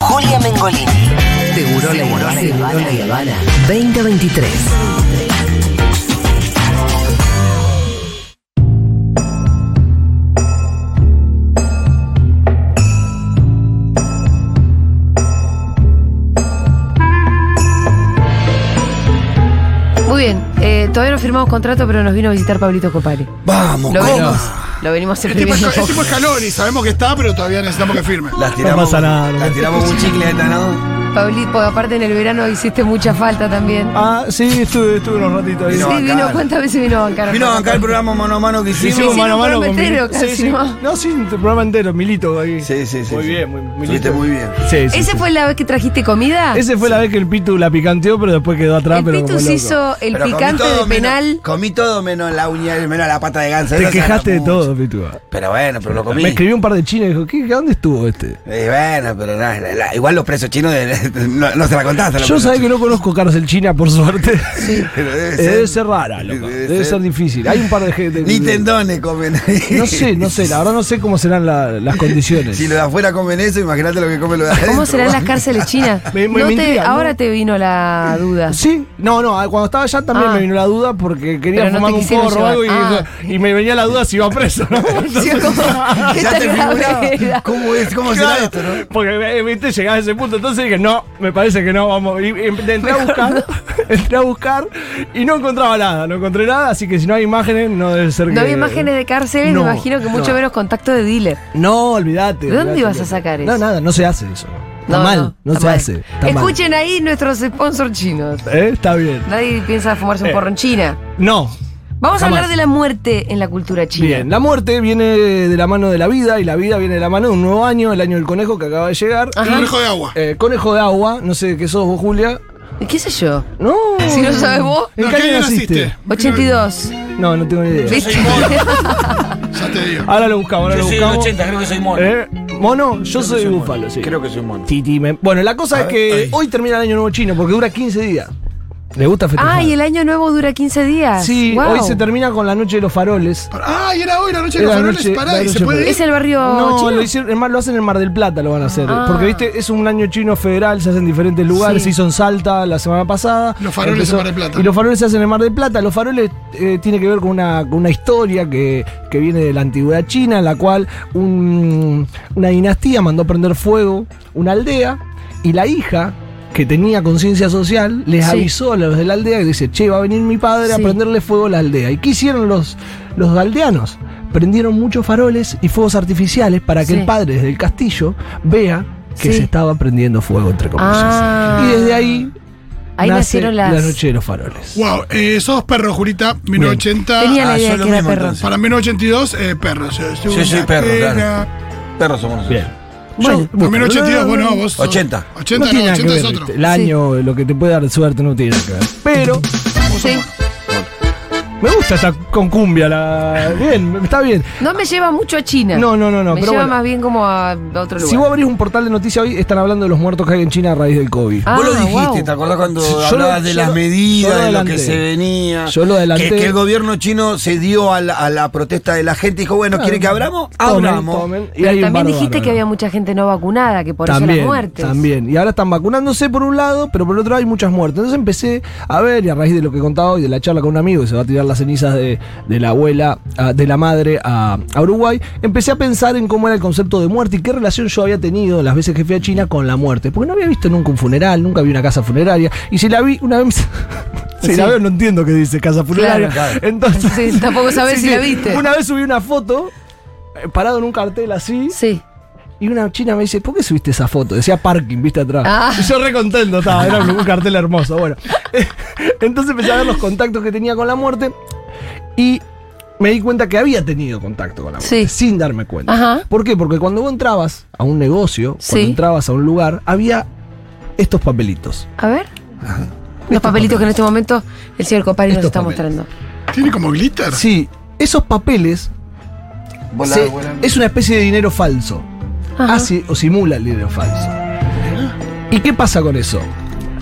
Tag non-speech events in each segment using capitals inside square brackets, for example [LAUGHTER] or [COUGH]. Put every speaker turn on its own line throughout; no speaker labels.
Claudia Mengolini.
Seguro la Habana. 2023.
Muy bien, eh, todavía no firmamos contrato, pero nos vino a visitar Pablito Copari.
Vamos,
Lo
¿cómo?
venimos, lo
Este
venimos
El tipo,
escribiendo.
[LAUGHS]
es, el tipo es Scaloni, sabemos que está, pero todavía necesitamos que firme.
Las tiramos,
pasa nada, no
las
pasa
tiramos un chicle esta, ¿no?
[LAUGHS] Pablito, porque aparte en el verano hiciste mucha falta también.
Ah, sí, estuve, estuve unos ratitos ahí.
Vino a
sí,
bancar.
vino, ¿cuántas veces vino a bancar?
Vino a bancar el programa mano a mano que
Sí,
hicimos.
sí, un programa entero
con Milito. Sí,
casi,
sí.
¿no?
No, sí, un programa entero, Milito ahí.
Sí, sí, sí.
Muy
sí.
bien, muy, Milito.
Estuviste muy bien.
Sí, sí,
¿Esa
sí.
fue la vez que trajiste comida?
Ese fue la vez que el Pitu la picanteó, pero después quedó atrás.
el
pero como
Pitus
loco.
hizo el
Pero comí
picante
todo
de
menos-
penal.
comí todo menos la uña, menos la pata de ganso.
Te
Esa se
quejaste de
arrancó
todo,
mucho.
Pitu.
Pero bueno, pero lo comí.
Me escribió un par de chinos y dijo, ¿qué, ¿dónde estuvo este?
Eh, bueno, pero nada, la- la- igual los presos chinos de- no, no se la contaste. a los
Yo
presos
sabía que no conozco cárcel china, por suerte.
chinos. [LAUGHS] Pero
Eh,
Debe ser,
[LAUGHS] Debe ser rara, loco.
Debe
Debe
ser.
ser difícil. Hay un par de gente.
Ni tendones comen ahí.
No sé, no sé. La verdad no sé cómo serán la- las condiciones.
[LAUGHS] Si lo de afuera comen eso, imagínate lo que comen lo de adentro.
¿Cómo
[LAUGHS]
serán las cárceles chinas?
[LAUGHS] Me- me
No te-
mentía, ¿no?
Ahora te vino la
[LAUGHS]
duda. [LAUGHS]
Sí, no, no, cuando estaba allá también
Ah.
me vino la duda porque quería
Pero no
fumar
te
un
quisieron
porro o algo y,
llevar. Ah.
y me venía la duda si iba preso,
[LAUGHS]
¿no?
Sí, como,
Ya
esta
te
es la
figuraba.
vereda.
¿Cómo, es, cómo será
Claro,
esto, no?
Porque eh, viste, llegaba a ese punto, entonces dije, no, me parece que no, vamos. Y, y entré a buscar, [LAUGHS] entré a buscar y no encontraba nada, no encontré nada, así que si no hay imágenes, no debe ser que.
No había imágenes de cárceles,
No,
me imagino que mucho
no.
menos contacto de dealer.
No, olvídate.
¿De dónde
olvídate,
ibas a
olvídate.
sacar
No,
eso?
nada, no se hace eso. Está mal, no,
está
se
mal.
hace. Está mal.
Escuchen ahí nuestros sponsors chinos.
Eh, Está bien.
Nadie piensa fumarse un
Eh.
porro en China.
No,
Vamos a
Jamás.
hablar de la muerte en la cultura china.
Bien, la muerte viene de la mano de la vida y la vida viene de la mano de un nuevo año, el año del conejo que acaba de llegar.
Ajá.
El conejo de agua.
Eh, conejo de agua, no sé qué sos vos, Julia.
¿Qué sé yo?
No.
Si no sabes vos.
¿En
No,
qué año naciste?
82.
No, no tengo ni idea.
¿Viste? [LAUGHS]
Soy mono. Ya te digo.
Ahora lo buscamos, ahora
Yo
lo
soy del
buscamos.
80, creo que soy mono.
Eh, mono, yo soy, búfalo, sí.
Creo que soy mono.
Titi, me- Bueno, la cosa es que hoy termina el año nuevo chino porque dura 15 días. ¿Le gusta festejar?
Ah, y el año nuevo dura 15 días.
Sí,
Guau.
hoy se termina con la noche de los faroles.
Ah, y era hoy la noche de
Era
los
la
faroles.
noche-
Pará,
la
y se
noche
puede
¿Es
ir.
el barrio
No,
chino?
lo, hicieron, en Mar- lo hacen en Mar del Plata, lo van a hacer.
Ah.
Porque, viste, es un año chino federal, se hace en diferentes lugares,
Sí.
se hizo en Salta la semana pasada.
Los faroles en Mar del Plata.
Y los faroles se hacen en Mar del Plata. Los faroles eh, tiene que ver con una, con una historia que, que viene de la antigüedad china, en la cual un- una dinastía mandó prender fuego una aldea y la hija que tenía conciencia social, les
Sí.
avisó a los de la aldea y dice, che, va a venir mi padre a
Sí.
prenderle fuego a la aldea. ¿Y qué hicieron los, los aldeanos? Prendieron muchos faroles y fuegos artificiales para que
Sí.
el padre desde el castillo vea que
Sí.
se estaba prendiendo fuego, entre comillas.
Ah.
Y desde ahí,
Ahí
nace
nacieron las.
la noche de los faroles.
Wow, eh, sos perro, Jurita, 1980.
Tenía la
Ah,
idea
yo
de
lo
que era
mismo,
perro.
entonces.
Para 1982, eh, perro. Yo
Sí, sí, perro, claro. Perros somos nosotros.
Bien.
Bueno.
Yo-
1982, bueno, vos. sos-
80.
80, no,
tiene nada que
80 es
ver,
otro.
¿viste? El año, lo que te puede dar suerte, no tiene nada que ver. Pero
Sí.
me gusta estar con cumbia. La... Bien, está bien.
No me lleva mucho a China.
No, no, no, no.
Me
pero
lleva
bueno.
más bien como a, a otro lugar.
Si vos abrís un portal de noticias hoy, están hablando de los muertos que hay en China a raíz del COVID.
Ah,
Vos lo dijiste,
guau.
¿te acordás cuando
Yo lo-
hablabas de
yo
las
lo- yo
medidas,
lo
de lo
adelanté.
que se venía?
Yo lo adelanté.
Que, que el gobierno chino se dio a la, a la protesta de la gente y dijo, bueno, ¿quiere que abramos?
Ah, Tomen,
Abramos.
tomen. Y
Pero
hay un
también
bardo
dijiste
bárbaro.
que había mucha gente no vacunada, que por eso las muertes.
También. Y ahora están vacunándose por un lado, pero por el otro lado hay muchas muertes. Entonces empecé a ver, y a raíz de lo que contaba hoy, de la charla con un amigo que se va a tirar las cenizas de, de la abuela, ah, de la madre a, a Uruguay, empecé a pensar en cómo era el concepto de muerte y qué relación yo había tenido las veces que fui a China con la muerte. Porque no había visto nunca un funeral, nunca vi una casa funeraria. Y si la vi una vez. [LAUGHS] Si la
Sí.
veo, no entiendo qué dice casa funeraria.
Claro, claro.
Entonces.
Sí, tampoco sabés
[LAUGHS] así
si
que
la viste.
Una vez subí una foto eh, parado en un cartel así.
Sí.
Y una china me dice, ¿por qué subiste esa foto? Decía parking, viste atrás.
Ah.
Y yo re contento
[LAUGHS]
estaba, era un un cartel hermoso. Bueno, [LAUGHS] entonces empecé a ver los contactos que tenía con la muerte y me di cuenta que había tenido contacto con la muerte,
Sí.
sin darme cuenta.
Ajá.
¿Por qué? Porque cuando vos entrabas a un negocio,
Sí.
cuando entrabas a un lugar, había estos papelitos.
A ver. Los papelitos que en este momento el señor Copari nos
Estos
está
papeles.
mostrando.
¿Tiene como glitter?
Sí, esos papeles
Volá,
se-
volá.
es una especie de dinero falso.
Ajá.
hace o simula el dinero falso. ¿Y qué pasa con eso?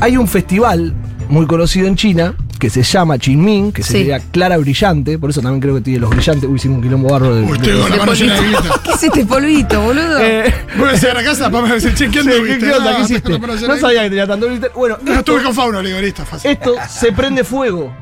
Hay un festival muy conocido en China que se llama Chinmin, que
Sí.
sería Clara Brillante, por eso también creo que tiene los brillantes. Uy, hicimos un quilombo barro de.
Uy,
de-
estoy con la mano llena de
polvito.
guita.
¿Qué es este polvito, boludo?
Eh,
Voy a llegar a casa, vamos a decir, che, ¿qué
sí,
onda,
¿qué,
viste?
qué onda?
No,
¿Qué hiciste?
tengo la mano llena
No
de
sabía Eh. que tenía tanto glitter. Bueno,
guita. No, estuve con Fauno, le digo, listo, fácil.
Esto se prende fuego.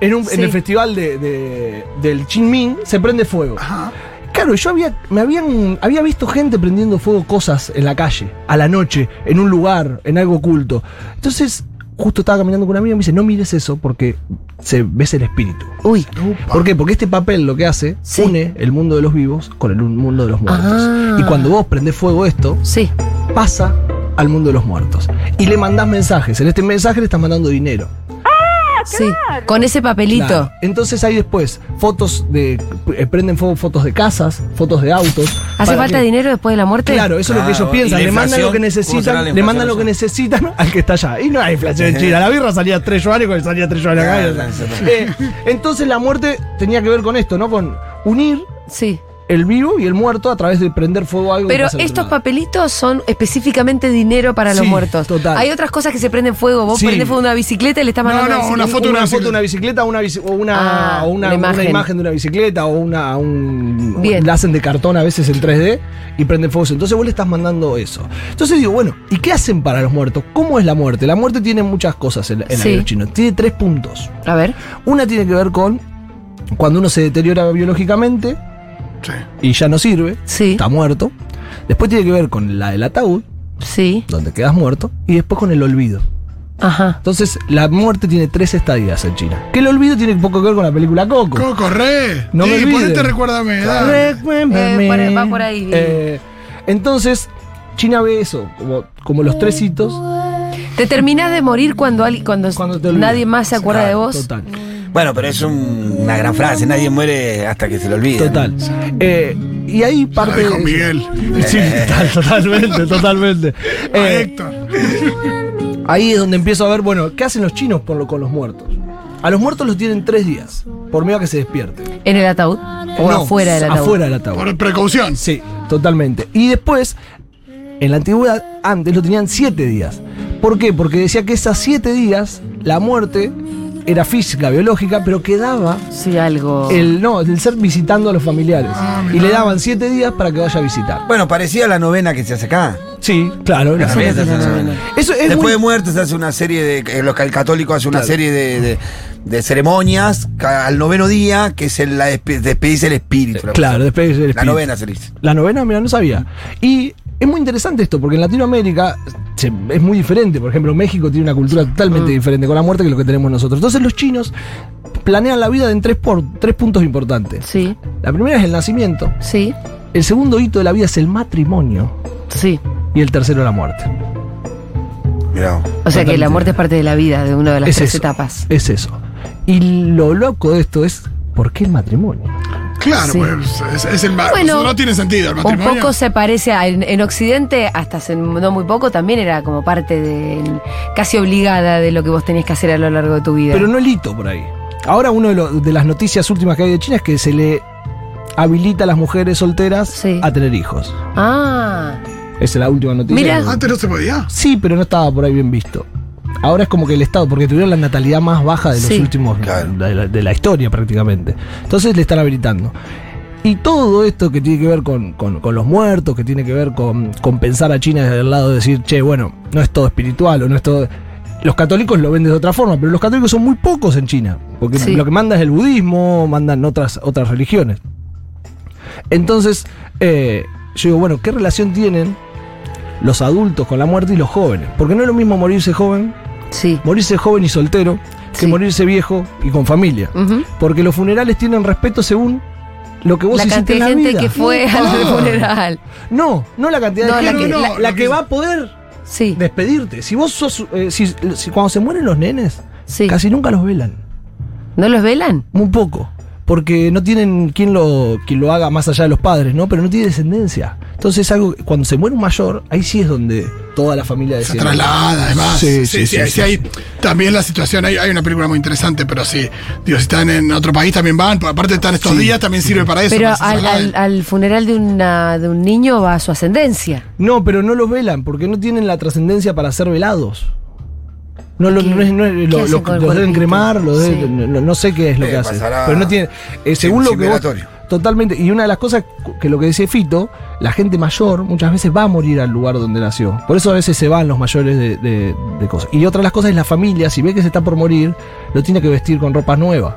En, un- en
Sí.
el festival de, de- del Chinmin se prende fuego.
Ajá.
Claro, yo había, me habían, había visto gente prendiendo fuego cosas en la calle, a la noche, en un lugar, en algo oculto. Entonces, justo estaba caminando con una amiga y me dice, no mires eso porque se ves el espíritu.
Uy.
¿Por qué? Porque este papel lo que hace,
Sí.
une el mundo de los vivos con el mundo de los muertos.
Ah.
Y cuando vos prendés fuego esto,
Sí.
pasa al mundo de los muertos. Y le mandás mensajes. En este mensaje le estás mandando dinero.
Sí. Con ese papelito.
Claro. Entonces hay después fotos de. eh, prenden fuego fotos de casas, fotos de autos.
¿Hace
¿Para
falta
qué?
dinero después de la muerte?
Claro, eso es lo que
Claro,
ellos
¿y
piensan.
la
Le mandan lo que
inflación? ¿Cómo será la
necesitan, le
inflación
mandan lo
de
que
eso?
necesitan al que está allá. Y no hay
[LAUGHS]
inflación en China. La birra salía 3 yuanes cuando salía 3 yuanes acá.
Claro, claro, claro.
Eh, entonces la muerte tenía que ver con esto, ¿no? Con unir
Sí.
el vivo y el muerto a través de prender fuego a algo. que
Pero
pasa al otro
estos
lado.
papelitos son específicamente dinero para los
Sí,
muertos.
total.
Hay otras cosas que se prenden fuego. Vos
Sí.
prendés fuego a una bicicleta y le estás
No,
mandando
no,
una
una
bicicleta.
foto de
una,
una
foto de
bicicleta.
una bicicleta una bici- o una,
Ah,
o
una
una, una
imagen.
imagen. de una bicicleta o una, un,
Bien.
la hacen de cartón a veces en 3D y prenden fuego. Entonces vos le estás mandando eso. Entonces digo, bueno, ¿y qué hacen para los muertos? ¿Cómo es la muerte? La muerte tiene muchas cosas en, en
Sí.
la chino. Tiene tres puntos.
A ver.
Una tiene que ver con cuando uno se deteriora biológicamente
Sí.
y ya no sirve,
Sí.
está muerto. Después tiene que ver con la del ataúd,
Sí.
donde quedas muerto, y después con el olvido.
Ajá.
Entonces, la muerte tiene tres estadías en China. Que el olvido tiene poco que ver con la película Coco.
Coco, re.
No me
Sí,
olviden.
ponete recuérdame, dale.
Remember
Eh,
me.
por- va por ahí.
Eh, entonces, China ve eso, como, como los tres hitos.
¿Te terminás de morir cuando, alguien- cuando,
Cuando te olvidas.
nadie más se acuerda de vos?
Total.
Bueno, pero es un- una gran frase. Nadie muere hasta que se lo olvide.
Total. Eh, y ahí
Lo
parte.
dijo Miguel.
[LAUGHS] Sí, total-
[LAUGHS]
totalmente, totalmente.
A
Eh,
Héctor.
Ahí es donde empiezo a ver, bueno, ¿qué hacen los chinos por lo- con los muertos? A los muertos los tienen tres días, por miedo a que se despierten.
¿En el ataúd? ¿O
No,
afuera del ataúd?
Afuera del ataúd.
Por precaución.
Sí, totalmente. Y después, en la antigüedad, antes lo tenían siete días. ¿Por qué? Porque decía que esas siete días, la muerte era física, biológica, pero quedaba
Sí, algo.
el no, el ser visitando a los familiares. Y le daban siete días para que vaya a visitar.
Bueno, parecía la novena que se hace acá.
Sí, claro. era-
También se hace una novena.
Eso es
Después
muy-
de muertos se hace una serie de. eh, Los cal- católicos hacen una
Claro.
serie de, de- de ceremonias ca- al noveno día, que es el, la despe- despedirse el espíritu. la
Claro,
cosa.
después del
La
espíritu.
novena se dice.
La novena, mira, no sabía. Y es muy interesante esto, porque en Latinoamérica se- es muy diferente. Por ejemplo, México tiene una cultura
Mm.
totalmente diferente con la muerte que lo que tenemos nosotros. Entonces los chinos planean la vida en tres, por, tres puntos importantes.
Sí,
La primera es el nacimiento,
sí,
el segundo hito de la vida es el matrimonio
sí.
y el tercero la muerte.
Mirá.
O sea que
Totalmente.
la muerte es parte de la vida, de una de las
es
tres
eso,
etapas.
Es eso. Y lo loco de esto es, ¿por qué el matrimonio?
Claro,
Sí.
pues, es, es el mar.
Bueno,
no tiene sentido el
Un
matrimonio.
poco se parece a, en, en Occidente, hasta hace no muy poco, también era como parte de, casi obligada de lo que vos tenías que hacer a lo largo de tu vida.
Pero no el hito por ahí. Ahora una de, lo- de las noticias últimas que hay de China es que se le habilita a las mujeres solteras
Sí.
a tener hijos.
Ah,
Esa es la última noticia.
Mira.
Antes no se podía.
Sí, pero no estaba por ahí bien visto. Ahora es como que el Estado, porque tuvieron la natalidad más baja de los
Sí.
últimos,
Claro.
de, la, de la historia prácticamente. Entonces le están habilitando. Y todo esto que tiene que ver con, con- con los muertos, que tiene que ver con, con pensar a China desde el lado de decir, che, bueno, no es todo espiritual o no es todo... Los católicos lo ven de otra forma, pero los católicos son muy pocos en China, porque
Sí.
lo que manda es el budismo, mandan otras, otras religiones. Entonces, eh, yo digo, bueno, ¿qué relación tienen los adultos con la muerte y los jóvenes? Porque no es lo mismo morirse joven,
sí.
morirse joven y soltero, que
Sí.
morirse viejo y con familia.
Ujú.
Porque los funerales tienen respeto según lo que vos
La
hiciste
cantidad
en la
de gente
vida.
que fue al
Ah.
funeral.
No, no la cantidad
No,
de
la
gente,
que-
la,
No, no,
la
lo
que
que-
va a poder
Sí,
despedirte. Si vos sos, eh, si- si cuando se mueren los nenes,
sí.
casi nunca los velan.
¿No los velan?
Muy poco. Porque no tienen quien lo, quien lo haga más allá de los padres, ¿no? Pero no tiene descendencia. Entonces, algo cuando se muere un mayor, ahí sí es donde toda la familia
Se
desciende.
traslada, además.
Sí, sí, sí,
hay-
sí,
hay- También la situación, hay, hay una película muy interesante, pero sí. Digo, si están en otro país también van, pero aparte están estos días, también sirve para eso.
Pero
para que se
al,
trasladen.
al- al funeral de, una, de un niño va su ascendencia.
No, pero no los velan porque no tienen la trascendencia para ser velados. No, lo-
¿Qué-
no es- no es-
qué
lo-
hacen
lo-
con el
los deben
cuerpito?
cremar, los deben-
Sí.
no, no sé qué es lo
Eh,
que hacen.
pasará
Pero no tiene. eh, según lo que. vos-
ciberatorio.
totalmente. Y una de las cosas que lo que decía Fito, la gente mayor muchas veces va a morir al lugar donde nació. Por eso a veces se van los mayores de, de- de cosas. Y otra de las cosas es la familia, si ve que se está por morir, lo tiene que vestir con ropa nueva.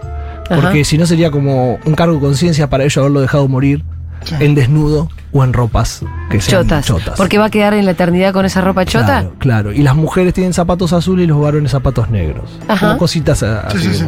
Ajá.
Porque si no sería como un cargo de conciencia para ellos haberlo dejado morir
Sí.
en desnudo o en ropas que sean
Chotas.
chotas.
Porque va a quedar en la eternidad con esa ropa chota.
Claro, claro. Y las mujeres tienen zapatos azules y los varones zapatos negros.
Ajá.
Como cositas a- así.
Sí, sí, sí.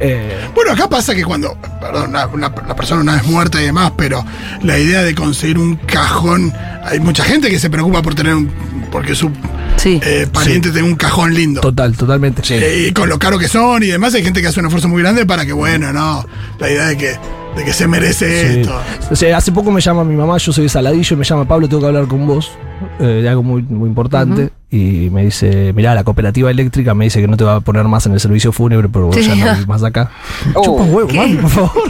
Eh,
Bueno, acá pasa que cuando, perdón, una- una- la persona una vez muerta y demás, pero la idea de conseguir un cajón, hay mucha gente que se preocupa por tener un, porque su
Sí.
eh, pariente tenga un cajón lindo.
total, totalmente.
Eh, y con lo caro que son y demás, hay gente que hace un esfuerzo muy grande para que, bueno, no, la idea de que, de que se merece
Sí.
esto.
O sea, hace poco me llama mi mamá, yo soy de Saladillo, me llama Pablo, tengo que hablar con vos eh, de algo muy, muy importante. Y me dice, mirá, la cooperativa eléctrica me dice que no te va a poner más en el servicio fúnebre, pero vos
Sí. Oh,
ya
[LAUGHS]
no vivís más acá. Chupa un huevo, mami, por favor.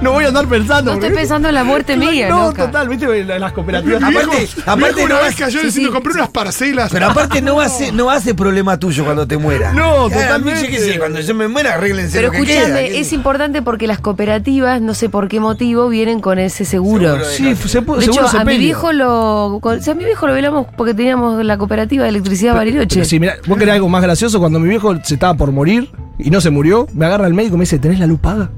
no voy a andar pensando.
No estoy
porque-
pensando en la muerte mía,
No,
loca.
total, viste, la- las cooperativas.
Mi
Aparte-
viejo- mi
aparte
viejo una
no
vez
es-
cayó
sí,
diciendo,
sí.
compré unas parcelas.
Pero aparte no va, a ser, no va a ser problema tuyo cuando te mueras.
No,
Claro, a mí,
totalmente.
yo qué sé, cuando yo me muera, arréglense
Pero
lo que queda.
escúchame, es importante porque las cooperativas, no sé por qué motivo, vienen con ese seguro.
Seguro
Sí, se, pu-
De
seguro
hecho,
se
a mi
pelean.
viejo lo. con- o sea, a mi viejo lo velamos porque teníamos la cooperativa de electricidad Bariloche.
Pero sí, mirá, vos querés algo más gracioso, cuando mi viejo se estaba por morir y no se murió, me agarra el médico y me dice, ¿tenés la luz paga?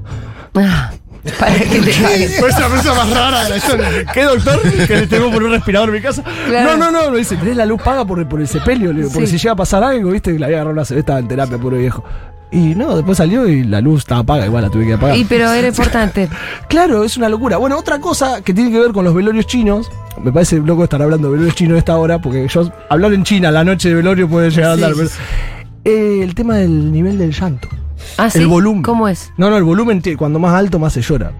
Ah, para que te paguen.
Fue esa persona más rara de la historia.
[LAUGHS] ¿Qué doctor? Que le tengo por un respirador en mi casa.
Claro.
No, no, no, me dice, tenés la luz paga por, por el sepelio, le digo, porque
Sí.
si llega a pasar algo, viste, que la había agarrado una cerveza, estaba en terapia, puro viejo. Y no, después salió y la luz estaba paga, igual la tuve que apagar.
Y pero era
[LAUGHS]
importante.
Claro, es una locura. Bueno, otra cosa que tiene que ver con los velorios chinos. Me parece loco estar hablando de velorios chinos a esta hora, porque yo hablar en China la noche de velorio puede llegar a andar. pero- Eh, el tema del nivel del llanto.
Ah, ¿sí?
El volumen.
¿Cómo es?
No, no, el volumen, tiene- cuando más alto, más se llora.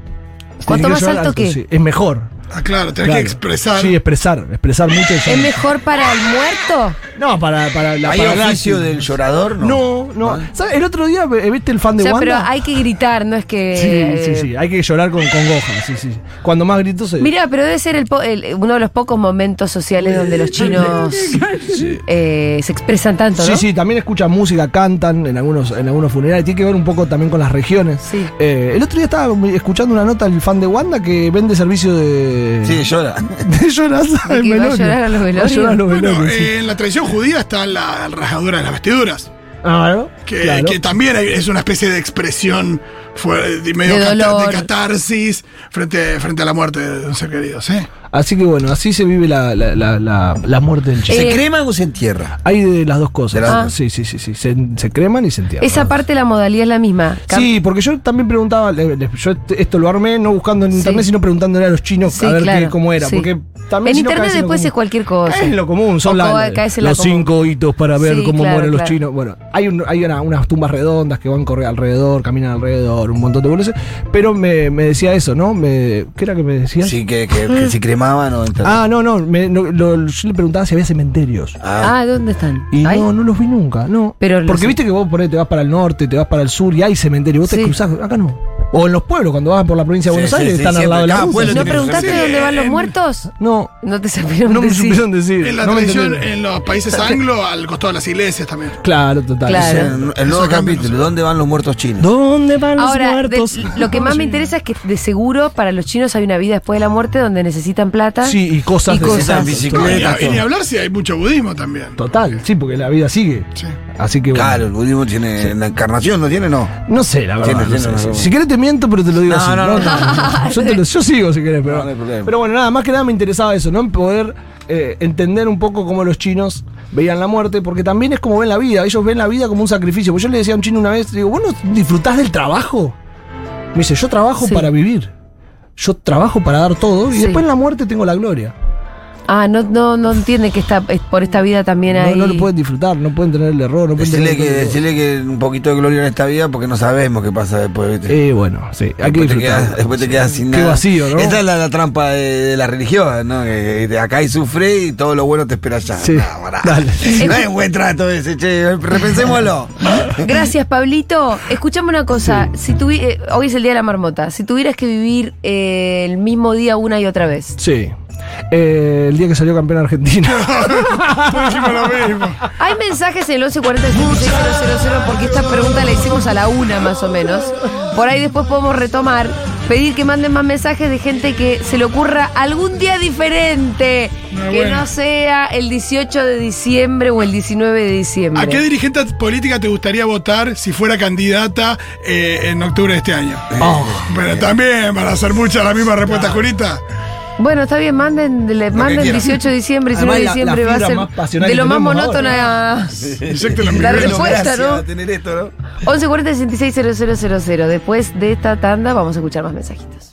¿Cuánto
Tiene
más
llorar
alto qué?
sí, es mejor.
Ah, claro, tenés
claro.
que expresar.
Sí, expresar, expresar mucho el
¿Es
llanto.
mejor para el muerto?
No, para, para la
¿Hay
para la-
oficio del llorador?
No, no. ¿Sabes? El otro día, eh, ¿viste el fan
O
de
sea,
Wanda?
pero hay eh, que gritar, no es que.
Sí, sí, sí. Hay que llorar con congoja. Sí, sí. Cuando más gritos se. [LAUGHS]
Mira, pero debe ser el po- el- uno de los pocos momentos sociales donde los chinos
[LAUGHS]
eh, se expresan tanto,
Sí,
¿no?
sí, también escuchan música, cantan en algunos, en algunos funerales. Tiene que ver un poco también con las regiones.
Sí.
Eh, el otro día estaba escuchando una nota del fan de Wanda que vende servicio de.
Sí, llora.
[LAUGHS] de lloras
¿De
en
que va a
velorio.
llorar a los
Va
velorios?
llorar a los
Bueno,
velorios, sí.
eh, en la tradición judía está la rajadura de las vestiduras.
Ah, ¿no?
Que,
Claro.
que también hay- es una especie de expresión fue, de medio
De
cata-
dolor.
de catarsis frente, frente a la muerte de un ser querido. ¿sí?
Así que bueno, así se vive la, la, la, la- la muerte del chico.
¿Se
Eh,
crema o se entierra?
Hay de las dos cosas.
De las
Ah.
dos.
Sí, sí, sí, sí. Se, se creman y se entierran.
Esa parte, la modalidad es la misma. Cam-
Sí, porque yo también preguntaba, le- le- yo este- esto lo armé no buscando en
Sí.
internet, sino preguntándole a los chinos
Sí,
a ver
claro,
qué, cómo era.
sí.
Porque
En
también si no
internet
caes en lo
después
común.
es cualquier cosa.
Es lo común, son
O
la-
co- caes en la
los
común.
cinco hitos para ver
Sí,
cómo
claro,
mueren los
claro.
chinos. Bueno, hay, un- hay una- unas tumbas redondas que van correr alrededor, caminan alrededor, un montón de boludeces. Pero me, me decía eso, ¿no? Me, ¿Qué era que me decía?
Sí, que, que,
Mm.
que si cremaban o enterraban.
Ah, no, no, me- no, lo- yo le preguntaba si había cementerios.
Ah,
Ah, ¿dónde están?
Y
Ay,
no, no los vi nunca, no.
Pero los-
Porque viste que vos por ahí te vas para el norte, te vas para el sur y hay cementerios. Vos
Sí.
te cruzás, acá no. O en los pueblos, cuando vas por la provincia
Sí,
de Buenos
sí,
Aires,
sí,
están al
siempre,
lado de la
cada pueblo
ruta.
¿No
tiene
preguntaste
Sí,
dónde van los
en-
muertos?
No,
No te supieron [LAUGHS]
no me
decir.
supieron decir.
En la
no me
tradición, eh.
entendieron.
en los países anglo, al costado de las iglesias también.
Claro, total.
Claro.
Dice en El nuevo
Eso cambia,
capítulo, ¿dónde van los muertos chinos?
¿Dónde van los
Ahora, de-
muertos?
lo que más me interesa es que de seguro para los chinos hay una vida después de la muerte donde necesitan plata.
Sí, y cosas
Y
de-
cosas.
Necesitan
No, y,
bicicletas.
y ni
todo.
hablar si hay mucho budismo también.
Total, sí, porque la vida sigue.
Sí.
Así que bueno.
Claro, el budismo tiene la encarnación, ¿no tiene? No.
No sé, la
Sí, no,
verdad. no
sí, no,
sé.
no.
Si querés te miento, pero te lo digo
No,
así.
no, no,
[LAUGHS] Yo, te lo- yo sigo si querés, pero.
No, no hay problema.
pero bueno, nada, más que nada me interesaba eso, ¿no? En poder eh, entender un poco cómo los chinos veían la muerte, porque también es como ven la vida. Ellos ven la vida como un sacrificio. Porque yo le decía a un chino una vez, digo, ¿vos no disfrutás del trabajo? Me dice, yo trabajo
Sí.
para vivir. Yo trabajo para dar todo y
Sí.
después en la muerte tengo la gloria.
Ah, no, no, no entiende que está, es- por esta vida también hay.
No, no lo pueden disfrutar, no pueden tener el error, no pueden
Decirle que,
tener.
decirle que un poquito de gloria en esta vida porque no sabemos qué pasa después, ¿viste?
Eh, bueno, sí, hay que
después, te
disfrutar.
quedas, después te quedas sin
Qué
nada.
vacío, ¿no?
Esta es la, la trampa de, de la religión, ¿no? Que, que acá y sufre y todo lo bueno te espera allá.
Sí.
No, pará.
Dale.
No es buen trato ese, che. Repensémoslo.
Gracias, Pablito. Escuchame una cosa. Si tuvi- eh, hoy es el día de la marmota. Si tuvieras que vivir eh, el mismo día una y otra vez,
Sí. eh, el día que salió campeón
[LAUGHS]
Argentina.
Todos dijimos lo mismo.
Hay mensajes en el 1140 porque esta pregunta la hicimos a la una más o menos. Por ahí después podemos retomar, pedir que manden más mensajes de gente que se le ocurra algún día diferente,
Ah,
Muy
que
bueno.
no sea el 18 de diciembre o el 19 de diciembre.
¿A qué dirigente política te gustaría votar si fuera candidata eh, en octubre de este año? Pero también van a hacer muchas la misma respuesta, Jurita.
Bueno, está bien, manden, le- manden
quieran.
18 de diciembre, 19 de
Además, la- la
diciembre va
fibra
a
más
ser
pasional
de
que
lo más
tenemos
monótona.
[LAUGHS]
Inyectenlo en mi
La
velo.
respuesta, ¿no?
tener esto, ¿no?
1140 Después de esta tanda vamos a escuchar más mensajitos.